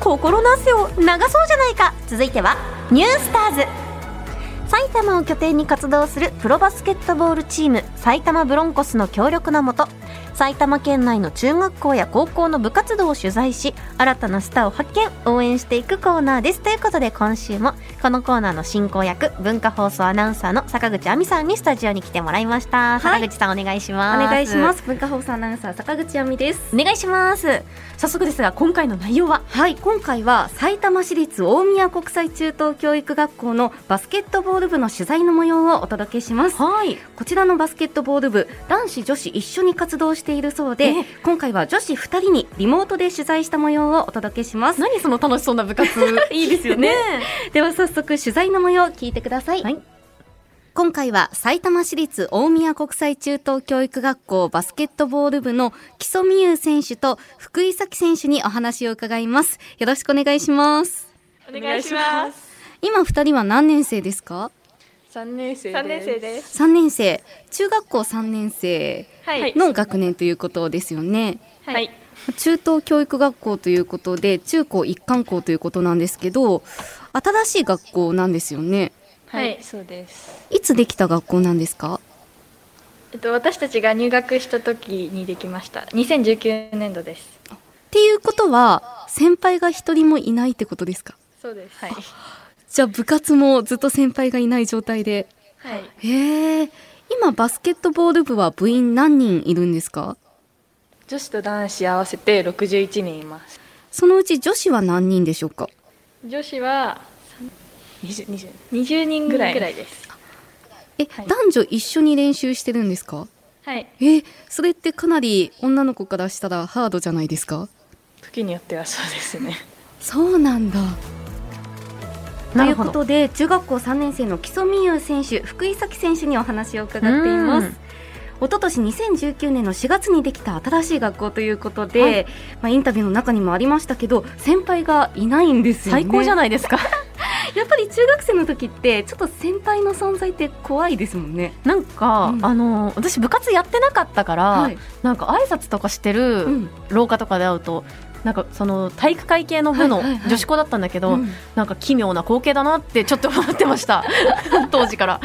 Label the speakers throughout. Speaker 1: 心の汗を流そうじゃないか続いてはニュースターズ埼玉を拠点に活動するプロバスケットボールチーム埼玉ブロンコスの協力のもと埼玉県内の中学校や高校の部活動を取材し新たなスターを発見応援していくコーナーですということで今週もこのコーナーの進行役文化放送アナウンサーの坂口亜美さんにスタジオに来てもらいました、坂口さんお願いし
Speaker 2: お
Speaker 1: ます
Speaker 2: 願いします文化放送アナウンサー坂口亜美です
Speaker 1: お願いします早速ですが今回の内容は
Speaker 2: はい今回は埼玉市立大宮国際中等教育学校のバスケットボール部の取材の模様をお届けします
Speaker 1: はい
Speaker 2: こちらのバスケットボール部男子女子一緒に活動しているそうで
Speaker 1: え
Speaker 2: 今回は女子2人にリモートで取材した模様をお届けします
Speaker 1: 何その楽しそうな 部活いいですよね
Speaker 2: では早速取材の模様を聞いてください、
Speaker 1: はい
Speaker 2: 今回は埼玉市立大宮国際中等教育学校バスケットボール部の木曽美優選手と福井咲選手にお話を伺いますよろしくお願いします
Speaker 3: お願いします。
Speaker 2: 今二人は何年生ですか
Speaker 4: 三年生
Speaker 3: 三年生です。
Speaker 2: 三年生中学校三年生
Speaker 3: はい
Speaker 2: の学年ということですよね
Speaker 3: はい。
Speaker 2: 中等教育学校ということで中高一貫校ということなんですけど新しい学校なんですよね
Speaker 3: はい
Speaker 4: そうです。
Speaker 2: いつできた学校なんですか
Speaker 3: えっと私たちが入学した時にできました。2019年度です。
Speaker 2: っていうことは先輩が一人もいないってことですか
Speaker 3: そうです。はい。
Speaker 2: じゃあ部活もずっと先輩がいない状態で
Speaker 3: はい。
Speaker 2: へえ今バスケットボール部は部員何人いるんですか
Speaker 4: 女子と男子合わせて六十一人います。
Speaker 2: そのうち女子は何人でしょうか
Speaker 3: 女子は
Speaker 4: 二十二十。
Speaker 3: 20人ぐらい
Speaker 4: ぐらい
Speaker 3: です。
Speaker 2: え、
Speaker 4: はい
Speaker 2: 男女一緒に練習してるんですか
Speaker 3: はい。
Speaker 2: えそれってかなり女の子からしたらハードじゃないですか
Speaker 4: 時によってはそうですね。
Speaker 2: そうなんだと
Speaker 1: ないる
Speaker 2: う
Speaker 1: ほ
Speaker 2: こ
Speaker 1: ど
Speaker 2: とで中学校3年生の木曽美優選手福井咲選手にお話を伺っていま
Speaker 1: うん
Speaker 2: す一昨年2019年の4月にできた新しい学校ということで、
Speaker 1: はい
Speaker 2: まあ、インタビューの中にもありましたけど先輩がいないんですよね
Speaker 1: 最高じゃ
Speaker 2: ない
Speaker 1: ないですか
Speaker 2: やっぱり中学生の時ってちょっと先輩の存在って怖いですもんね
Speaker 1: なんか、
Speaker 2: うん
Speaker 1: あの私部活やってなかったから、
Speaker 2: はい、
Speaker 1: なんか挨拶とかしてる、
Speaker 2: うん
Speaker 1: 廊下とかで会うとなんかその体育会系の部の
Speaker 2: はいはいはい
Speaker 1: 女子校だったんだけど、
Speaker 2: うん
Speaker 1: なんか奇妙な光景だなってちょっと思ってました 当時から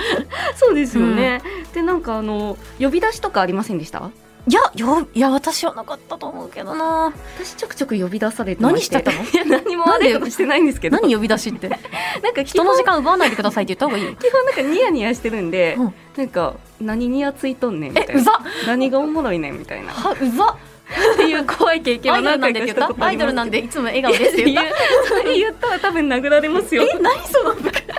Speaker 2: そうですよね、でなんかあの呼び出しとかありませんでした
Speaker 1: いやよいや私はなかったと思うけどな
Speaker 2: 私ちょくちょく呼び出されてま
Speaker 1: 何し
Speaker 2: して
Speaker 1: てたの
Speaker 2: いや何も悪いことしてないんですけど
Speaker 1: 何呼び出しって
Speaker 2: なんか基
Speaker 1: 人
Speaker 2: 本
Speaker 1: の時間奪わないでくださいって言った方がいい
Speaker 2: 基本なんかニヤニヤしてるんで、
Speaker 1: うん
Speaker 2: なんか何ニヤついとんねんみた
Speaker 1: えう
Speaker 2: いな
Speaker 1: ざ
Speaker 2: 何がおもろいねんみたいなっ
Speaker 1: はうざ
Speaker 2: ていう怖い経験
Speaker 1: ア
Speaker 2: は
Speaker 1: イドル
Speaker 2: 何
Speaker 1: なん
Speaker 2: 回
Speaker 1: でって言
Speaker 2: かした
Speaker 1: っ
Speaker 2: こと
Speaker 1: たアイドルなん
Speaker 2: で
Speaker 1: でいつも笑顔ですって言った
Speaker 2: そ れ言ったら多分殴られますよ え
Speaker 1: 何その部活警察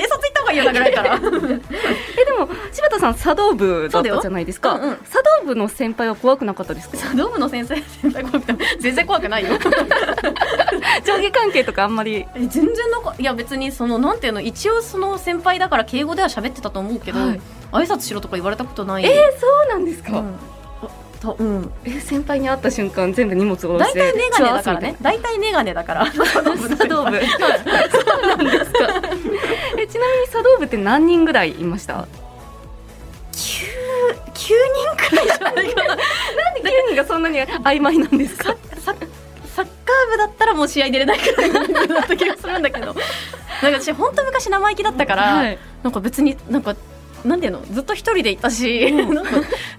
Speaker 1: 行った方がいいよ殴られたら
Speaker 2: でも柴田さん茶道部だ
Speaker 1: そう
Speaker 2: っ
Speaker 1: だよ
Speaker 2: たじゃないですか、
Speaker 1: うんうん
Speaker 2: 茶道部の先輩は怖くなかったですか
Speaker 1: ドームの先生先輩怖くて全然怖くないよ
Speaker 2: 上下関係とかあんまり
Speaker 1: え全然なんかいや別にそのなんていうの一応その先輩だから敬語では喋ってたと思うけど、
Speaker 2: はい
Speaker 1: 挨拶しろとか言われたことない
Speaker 2: えー、そうなんですか、
Speaker 1: うんあたうん
Speaker 2: え先輩に会った瞬間全部荷物を下ろ
Speaker 1: 大
Speaker 2: して
Speaker 1: 体メガネだ
Speaker 2: チ
Speaker 1: から
Speaker 2: ュアースみたい
Speaker 1: ね
Speaker 2: な
Speaker 1: 大体メガネだから
Speaker 2: 茶道部 そうなんですかえちなみに茶道部って何人ぐらいいました
Speaker 1: 急に
Speaker 2: 9人がそんなに曖昧なんですか
Speaker 1: サッカー部だったらもう試合出れないくらいだった気がするんだけどなんか私本当昔生意気だったから、
Speaker 2: はい
Speaker 1: なんか別になんかなんていうのずっと一人でいたし、 なんか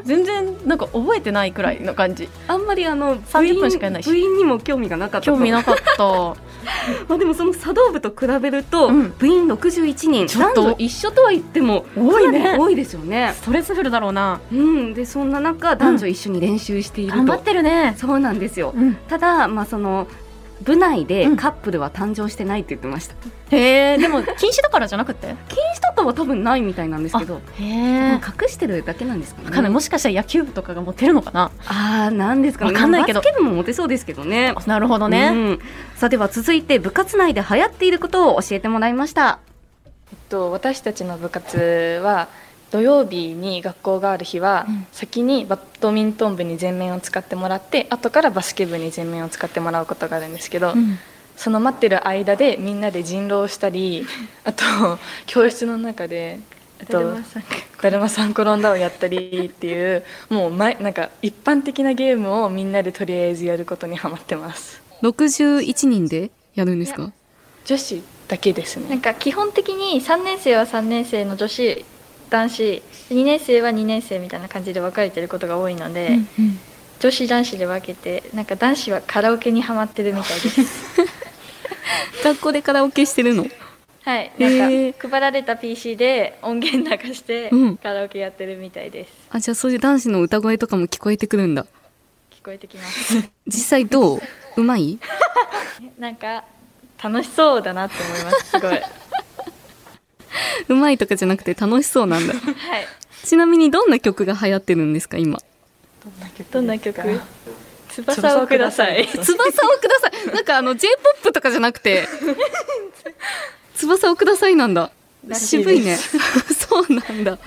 Speaker 1: 全然なんか覚えてないくらいの感じ
Speaker 2: あんまりあの部
Speaker 1: 30
Speaker 2: 員
Speaker 1: 分しかやんないし
Speaker 2: 部員にも興味がなかったと
Speaker 1: 興味なかった。
Speaker 2: まあでもその茶道部と比べると、
Speaker 1: うん
Speaker 2: 部員61人
Speaker 1: ちょっ
Speaker 2: 男
Speaker 1: と
Speaker 2: 女一緒とは言っても
Speaker 1: 多いね
Speaker 2: かなり多いですよね
Speaker 1: ストレスフルだろうな
Speaker 2: うんでそんな中男女一緒に練習していると、
Speaker 1: 頑張ってるね
Speaker 2: そうなんですよ
Speaker 1: うん
Speaker 2: ただまあその部内で
Speaker 1: うん
Speaker 2: カップルは誕生してないって言ってました、
Speaker 1: へえでも禁止だからじゃなくて
Speaker 2: 禁止とかは多分ないみたいなんですけど
Speaker 1: へ
Speaker 2: 多分
Speaker 1: え
Speaker 2: 隠してるだけなんですかね
Speaker 1: かんないもしかしたら野球部とかがモテるのかな
Speaker 2: ああなんですかね
Speaker 1: わかんないけど
Speaker 2: バスケ部もモテそうですけどね
Speaker 1: なるほど
Speaker 2: う
Speaker 1: ね、
Speaker 2: ん、さあでは続いて部活内で流行っていることを教えてもらいました
Speaker 4: えっと私たちの部活は土曜日に学校がある日は、
Speaker 2: うん
Speaker 4: 先にバドミントン部に全面を使ってもらって後からバスケ部に全面を使ってもらうことがあるんですけど、
Speaker 1: うん
Speaker 4: その待ってる間でみんなで人狼したりあと教室の中であとだるまさん転んだをやったりっていうもう前なんか一般的なゲームをみんなでとりあえずやることにハマってます
Speaker 2: 61人でやるんですか
Speaker 4: 女子だけです
Speaker 3: な
Speaker 4: ね
Speaker 3: んか基本的に3年生は3年生の女子男子2年生は2年生みたいな感じで分かれてることが多いので、女子男子で分けてなんか男子はカラオケにハマってるみたいです
Speaker 2: 学校でカラオケしてるの
Speaker 3: はい
Speaker 2: へ
Speaker 3: な
Speaker 2: え
Speaker 3: んか配られた PC で音源流して
Speaker 2: うん
Speaker 3: カラオケやってるみたいです、
Speaker 2: あじゃあそういう男子の歌声とかも聞こえてくるんだ
Speaker 3: 聞こえてきます
Speaker 2: 実際どううま い
Speaker 3: なんか楽しそうだなって思 いますすごいはいう
Speaker 2: まいとかじゃなくて楽しそうなんだちなみにどんな曲が流行ってるんですか今
Speaker 4: どんな曲
Speaker 3: どんな曲
Speaker 4: ですか
Speaker 3: 翼をくださ い
Speaker 2: 翼をくださいなんかあの j p o p とかじゃなく て翼をくださいなんだ
Speaker 4: らしい
Speaker 2: 渋
Speaker 4: です
Speaker 2: いね そうなんだ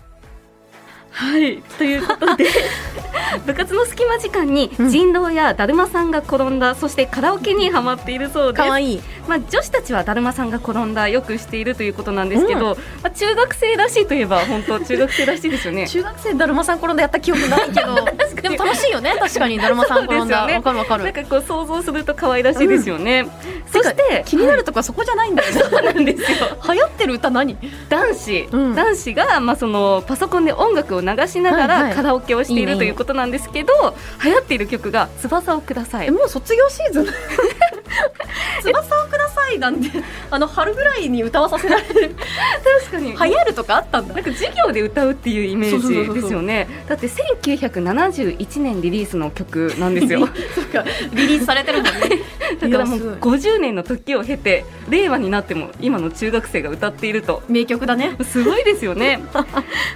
Speaker 2: はいということで 部活の隙間時間に人狼やだるまさんが転んだ、そしてカラオケにはまっているそうです
Speaker 1: かわいい
Speaker 2: まあ、女子たちはだるまさんが転んだよくしているということなんですけど、まあ、中学生らしいといえば本当 中学生らしいですよね
Speaker 1: 中学生だるまさん転んでやった記憶ないけど でも楽しいよね確かにだるまさん転んだわ、
Speaker 2: そうですよね
Speaker 1: かるわか
Speaker 2: なん
Speaker 1: る
Speaker 2: かこう想像すると可愛らしいですよね、そして
Speaker 1: 気になるとこはそこじゃないんだよね
Speaker 2: そうなんですよ
Speaker 1: 流行ってる歌何
Speaker 2: 男子、
Speaker 1: うん
Speaker 2: 男子が、まあ、そのパソコンで音楽を流しなが
Speaker 1: はいは
Speaker 2: ら
Speaker 1: い
Speaker 2: カラオケをしている
Speaker 1: いいねいいね
Speaker 2: ということなんですけど、流行っている曲が「翼をください」
Speaker 1: もう卒業シーズン 翼をくださいなんてあの春ぐらいに歌わさせられる
Speaker 2: 確かに
Speaker 1: 流行るとかあったんだ
Speaker 2: なんか授業で歌うっていうイメ
Speaker 1: そうそうそう
Speaker 2: ー
Speaker 1: そ
Speaker 2: ジ
Speaker 1: う
Speaker 2: ですよねだって1971年リリースの曲なんで すよ
Speaker 1: リリースされてるもんね
Speaker 2: だからも
Speaker 1: いやすご
Speaker 2: う
Speaker 1: い
Speaker 2: 50年の時を経て令和になっても今の中学生が歌っていると
Speaker 1: 名曲だね
Speaker 2: すごいですよ ね。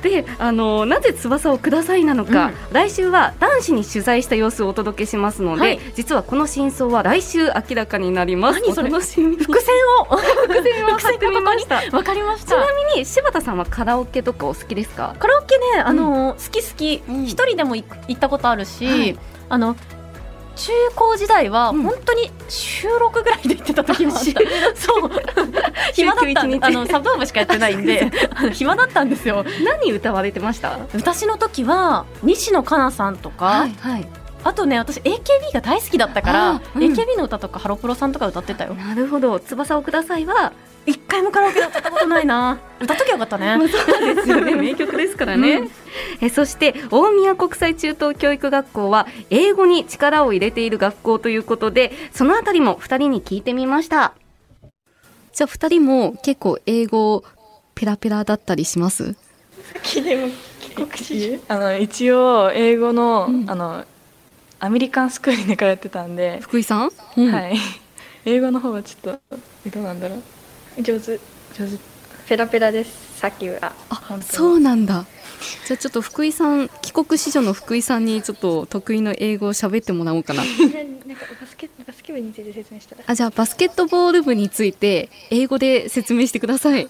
Speaker 2: で、あのなぜ翼をくださいなのか、来週は男子に取材した様子をお届けしますので、
Speaker 1: はい
Speaker 2: 実はこの真相は来週明らかになります。
Speaker 1: 何それ
Speaker 2: お楽しみに。
Speaker 1: 伏線を
Speaker 2: 伏線を張ってみました。ち
Speaker 1: わかりまし
Speaker 2: な
Speaker 1: た
Speaker 2: みに柴田さんはカラオケとかお好きですか？
Speaker 1: カラオケねあの、好き好き一、
Speaker 2: うん
Speaker 1: 人でも行く行ったことあるし、
Speaker 2: はい
Speaker 1: あの中高時代は
Speaker 2: うん
Speaker 1: 本当に収録ぐらいで行ってた時 もあった、そう暇だったん
Speaker 2: 週休一
Speaker 1: で
Speaker 2: 日
Speaker 1: あのサブアブしかやってないん であの暇だったんですよ
Speaker 2: 何歌われてました？
Speaker 1: 私の時は西野カナさんとか、
Speaker 2: はい。
Speaker 1: あとね私 AKB が大好きだったから、
Speaker 2: あーうん
Speaker 1: AKB の歌とかハロプロさんとか歌ってたよ
Speaker 2: なるほど。翼をくださいは、
Speaker 1: 一回もカラオケで歌ったことないな 歌っときゃよかった
Speaker 2: ま
Speaker 1: ね
Speaker 2: あそうですよね。名曲ですからね。
Speaker 1: うん
Speaker 2: えそして大宮国際中等教育学校は英語に力を入れている学校ということでそのあたりも2人に聞いてみましたじゃあ2人も結構英語ペラペラだったりします
Speaker 3: 昨日も帰国子
Speaker 4: あの一応英語の,、
Speaker 2: うん
Speaker 4: あのアメリカンスクールに通ってたんで、
Speaker 2: 福井さん、うん
Speaker 4: はい英語の方はちょっとえどうなんだろう
Speaker 3: 上手
Speaker 4: 上手
Speaker 3: ペラペラですさっきは
Speaker 2: あ
Speaker 3: 本当に
Speaker 2: そうなんだじゃあちょっと福井さん帰国子女の福井さんにちょっと得意の英語を喋ってもらおうかな
Speaker 3: なんかバスケバスケ部について説明したら
Speaker 2: あじゃあバスケットボール部について英語で説明してください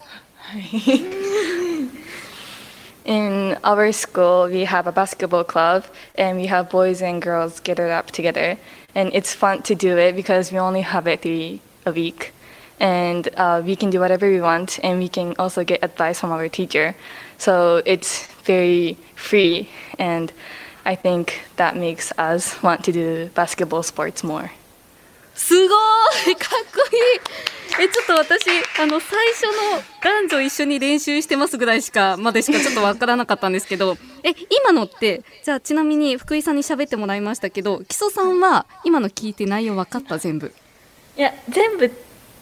Speaker 4: In our school, we have a basketball club, and we have boys and girls gathered up together. And it's fun to do it because we only have it three a week, and uh, we can do whatever we want, and we can also get advice from our teacher. So it's very free, and I think that makes us want to do basketball sports more.
Speaker 2: すごーいかっこいいえちょっと私あの最初の男女一緒に練習してますぐらいしかまでしかちょっとわからなかったんですけどえ今のってじゃあちなみに福井さんに喋ってもらいましたけど木曽さんは今の聞いて内容わかった全部
Speaker 3: いや全部っ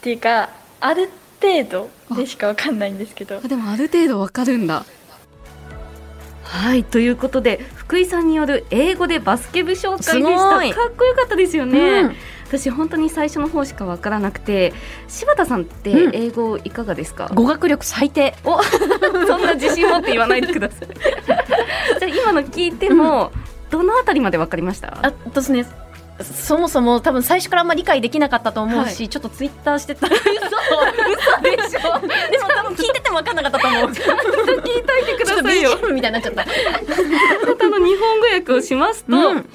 Speaker 3: ていうかある程度でしかわかんないんですけど
Speaker 2: あでもある程度わかるんだはいということで福井さんによる英語でバスケ部紹介でし
Speaker 1: すごい
Speaker 2: たかっこよかったですよね、
Speaker 1: うん
Speaker 2: 私本当に最初の方しかわからなくて柴田さんって
Speaker 1: うん
Speaker 2: 英語いかがですか、
Speaker 1: 語学力最低
Speaker 2: お そんな自信持って言わないでください じゃあ今の聞いても、どのあたりまでわかりました
Speaker 1: あ私ねそもそも多分最初からあんまり理解できなかったと思うし、ちょっとツイッターして た嘘でしょでも多分聞いてても分かんなかったと思うちょっ
Speaker 2: 聞いといてく
Speaker 1: と BGM みたいになっちゃった
Speaker 2: 方の日本語訳をしますと、
Speaker 1: うん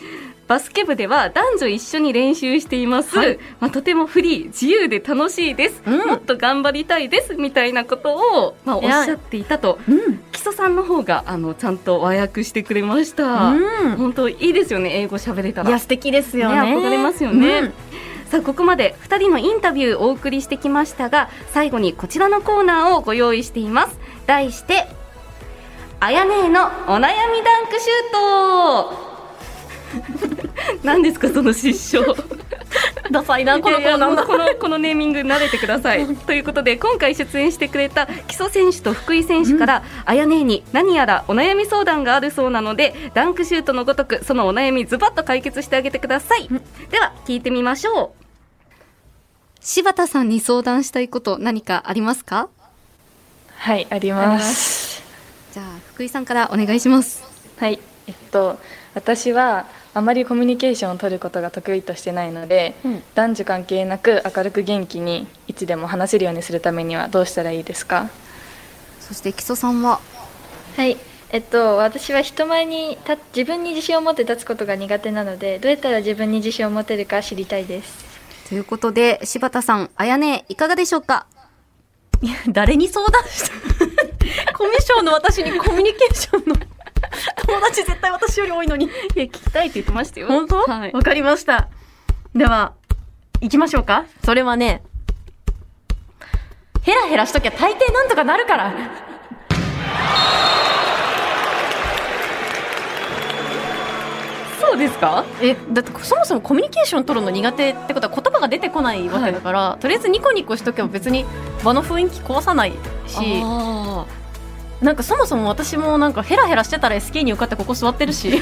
Speaker 2: バスケ部では男女一緒に練習しています、
Speaker 1: はい
Speaker 2: まあ、とてもフリー自由で楽しいです、
Speaker 1: うん
Speaker 2: もっと頑張りたいですみたいなことを、まあ、おっしゃっていたと
Speaker 1: うん、
Speaker 2: 木曽さんの方があのちゃんと和訳してくれました、
Speaker 1: うん
Speaker 2: 本当いいですよね英語喋れたら
Speaker 1: いや素敵ですよね
Speaker 2: ね憧れますよね
Speaker 1: うん
Speaker 2: さあここまで2人のインタビューをお送りしてきましたが最後にこちらのコーナーをご用意しています題してあやねえのお悩みダンクシュート 何ですかその失笑
Speaker 1: ダサいな、こ
Speaker 2: こ
Speaker 1: のコー
Speaker 2: の
Speaker 1: ナー
Speaker 2: このこの このネーミング慣れてくださいということで今回出演してくれた木曽選手と福井選手から、あやねえに何やらお悩み相談があるそうなのでダンクシュートのごとくそのお悩みズバッと解決してあげてください、では聞いてみましょう柴田さんに相談したいこと何かありますか
Speaker 4: はい、あります。
Speaker 2: じゃあ福井さんからお願いします
Speaker 4: はい、えっと、私はあまりコミュニケーションを取ることが得意としてないので、男女関係なく明るく元気にいつでも話せるようにするためにはどうしたらいいですか
Speaker 2: そして木曽さんは
Speaker 3: はい、えっと、私は人前に立自分に自信を持って立つことが苦手なのでどうやったら自分に自信を持てるか知りたいです
Speaker 2: ということで柴田さんあやねえいかがでしょうか
Speaker 1: 誰に相談した コミュ障の私にコミュニケーションの 友達絶対私より多いのに。
Speaker 2: いや聞きたいって言ってましたよ
Speaker 1: 本当わ、
Speaker 2: はい
Speaker 1: かりました。では、行きましょうか。それはね、ヘラヘラしときゃ大抵なんとかなるから。
Speaker 2: そうですか
Speaker 1: え、だってそもそもコミュニケーション取るの苦手ってことは言葉が出てこないわけだから、とりあえずニコニコしとけば別に場の雰囲気壊さないし、
Speaker 2: あ
Speaker 1: なんかそもそも私もなんかヘラヘラしてたら SK に受かってここ座ってるし。
Speaker 2: ー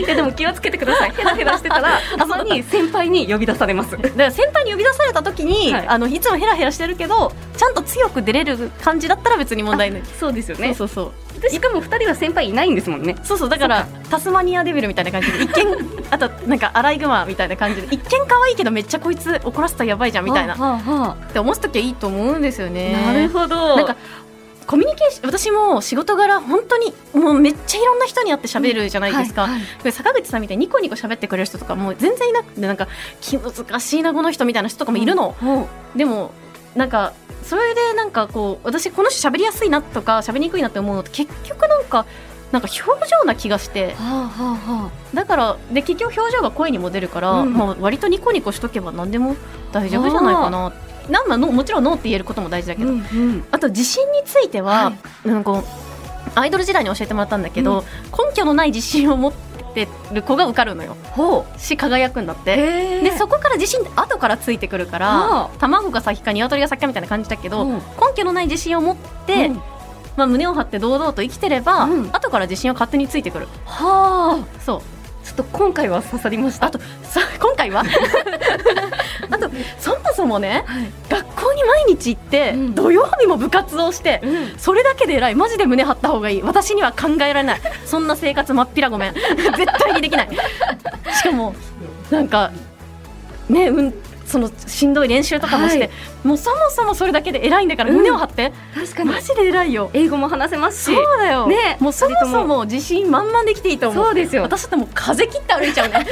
Speaker 2: いやでも気をつけてくださいヘラヘラしてた ら朝に先輩に呼び出されます
Speaker 1: だから先輩に呼び出された時に、
Speaker 2: はい
Speaker 1: あのいつもヘラヘラしてるけどちゃんと強く出れる感じだったら別に問題ない、
Speaker 2: そうですよね
Speaker 1: そうそう
Speaker 2: でしかも2人は先輩いないんですもんね
Speaker 1: そうそうだからタスマニアデビルみたいな感じで一見 あとなんかアライグマみたいな感じで一見可愛いけどめっちゃこいつ怒らせたらやばいじゃんみたいな
Speaker 2: はあは
Speaker 1: って思う時はいいと思うんですよ
Speaker 2: あ
Speaker 1: ね
Speaker 2: なるほど
Speaker 1: なんかコミュニケーション私も仕事柄本当にもうめっちゃいろんな人に会って喋るじゃないですか、
Speaker 2: はいはい
Speaker 1: で坂口さんみたいにニコニコ喋ってくれる人とかもう全然いなくてなんか気難しいなこの人みたいな人とかもいるの、でもなんかそれでなんかこう私この人喋りやすいなとか喋りにくいなって思うのって結局なんかなんか表情な気がして
Speaker 2: はあはあは
Speaker 1: だからで結局表情が声にも出るから、
Speaker 2: うん
Speaker 1: まあ、割とニコニコしとけば何でも大丈夫じゃないかななんまあのもちろんノーって言えることも大事だけ
Speaker 2: う
Speaker 1: ど、
Speaker 2: んうん
Speaker 1: あと自信については、
Speaker 2: は
Speaker 1: なんかこうアイドル時代に教えてもらったんだけど、根拠のない自信を持ってる子が受かるのよし輝くんだって、
Speaker 2: へ
Speaker 1: でそこから自信って後からついてくるから
Speaker 2: は
Speaker 1: 卵が先か鶏が先かみたいな感じだけ
Speaker 2: あ
Speaker 1: ど、根拠のない自信を持って、
Speaker 2: うん
Speaker 1: まあ、胸を張って堂々と生きてれば、
Speaker 2: うん
Speaker 1: 後から自信は勝手についてくる
Speaker 2: はあ
Speaker 1: そう
Speaker 2: ちょっと今回は刺さりました
Speaker 1: あとさ 今回はあとそもそもね、
Speaker 2: はい
Speaker 1: 学校に毎日行って、
Speaker 2: うん
Speaker 1: 土曜日も部活をして、
Speaker 2: うん
Speaker 1: それだけで偉いマジで胸張った方がいい私には考えられないそんな生活まっぴらごめん 絶対にできないしかもなんかねうんそのしんどい練習とかもして、
Speaker 2: はい
Speaker 1: もうそもそもそれだけで偉いんだから
Speaker 2: うん
Speaker 1: 胸を張って、
Speaker 2: 確かに
Speaker 1: マジで偉いよ
Speaker 2: 英語も話せますし
Speaker 1: そうだよ、
Speaker 2: ね
Speaker 1: もうそもそも自信満々できていいと思う
Speaker 2: そうですよ
Speaker 1: 私だってもう風切って歩いちゃうね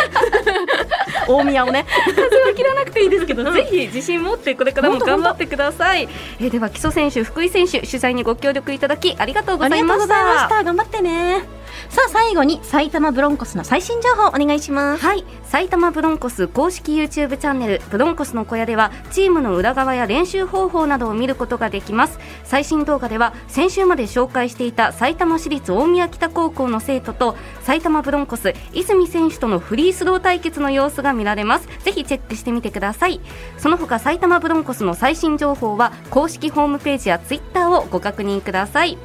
Speaker 1: 大宮をね
Speaker 2: それを切らなくていいですけど、ぜひ自信持ってこれからも頑張ってください。えーでは木曽選手、福井選手、取材にご協力いただきありがとうご
Speaker 1: あ
Speaker 2: ざ
Speaker 1: り
Speaker 2: い
Speaker 1: がとうご
Speaker 2: まし
Speaker 1: ざいま
Speaker 2: た
Speaker 1: し。た頑張ってねさあ最後に埼玉ブロンコスの最新情報お願いします
Speaker 2: はい埼玉ブロンコス公式 YouTube チャンネル「ブロンコスの小屋」ではチームの裏側や練習方法などを見ることができます最新動画では先週まで紹介していた埼玉市立大宮北高校の生徒と埼玉ブロンコス泉選手とのフリースロー対決の様子が見られますぜひチェックしてみてくださいその他埼玉ブロンコスの最新情報は公式ホームページや Twitter をご確認ください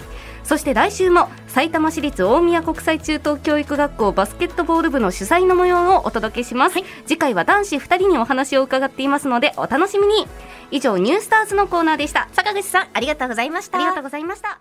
Speaker 2: そして来週も埼玉市立大宮国際中等教育学校バスケットボール部の主催の模様をお届けします、次回は男子2人にお話を伺っていますのでお楽しみに以上ニュースターズのコーナーでした
Speaker 1: 坂口さんありがとうございまし
Speaker 2: ありがとうございました